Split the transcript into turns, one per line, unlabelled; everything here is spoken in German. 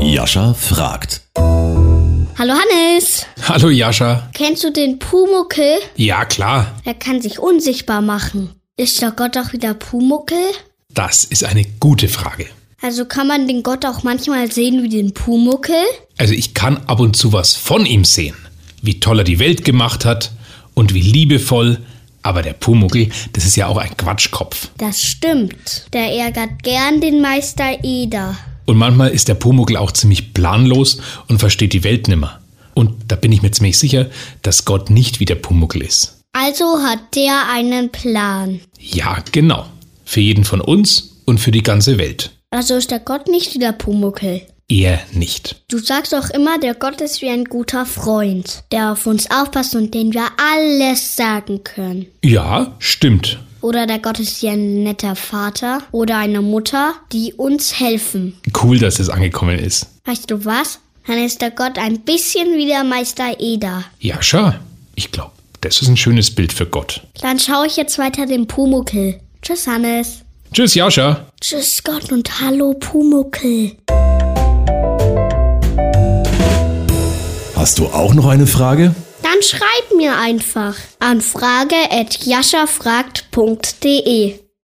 Jascha fragt.
Hallo Hannes,
Hallo Jascha.
kennst du den Pumuckel?
Ja klar,
Der kann sich unsichtbar machen. Ist der Gott auch wieder Pumuckel?
das ist eine gute Frage.
Also kann man den Gott auch manchmal sehen wie den Pumuckel?
Also ich kann ab und zu was von ihm sehen, wie toll er die Welt gemacht hat und wie liebevoll, aber der Pumuckl, das ist ja auch ein Quatschkopf.
Das stimmt. Der ärgert gern den Meister Eder.
Und manchmal ist der Pumuckl auch ziemlich planlos und versteht die Welt nimmer. Und da bin ich mir ziemlich sicher, dass Gott nicht wie der Pumuckl ist.
Also hat der einen Plan.
Ja, genau. Für jeden von uns und für die ganze Welt.
Also ist der Gott nicht wie der Pumuckel.
Er nicht.
Du sagst doch immer, der Gott ist wie ein guter Freund, der auf uns aufpasst und den wir alles sagen können.
Ja, stimmt.
Oder der Gott ist hier ein netter Vater oder eine Mutter, die uns helfen.
Cool, dass das angekommen ist.
Weißt du was? Dann ist der Gott ein bisschen wie der Meister Eder.
Jascha, ich glaube, das ist ein schönes Bild für Gott.
Dann schaue ich jetzt weiter den Pumuckel. Tschüss, Hannes.
Tschüss, Jascha.
Tschüss, Gott und hallo, Pumuckel.
Hast du auch noch eine Frage?
Dann schreib mir einfach an frage.jaschafragt.de.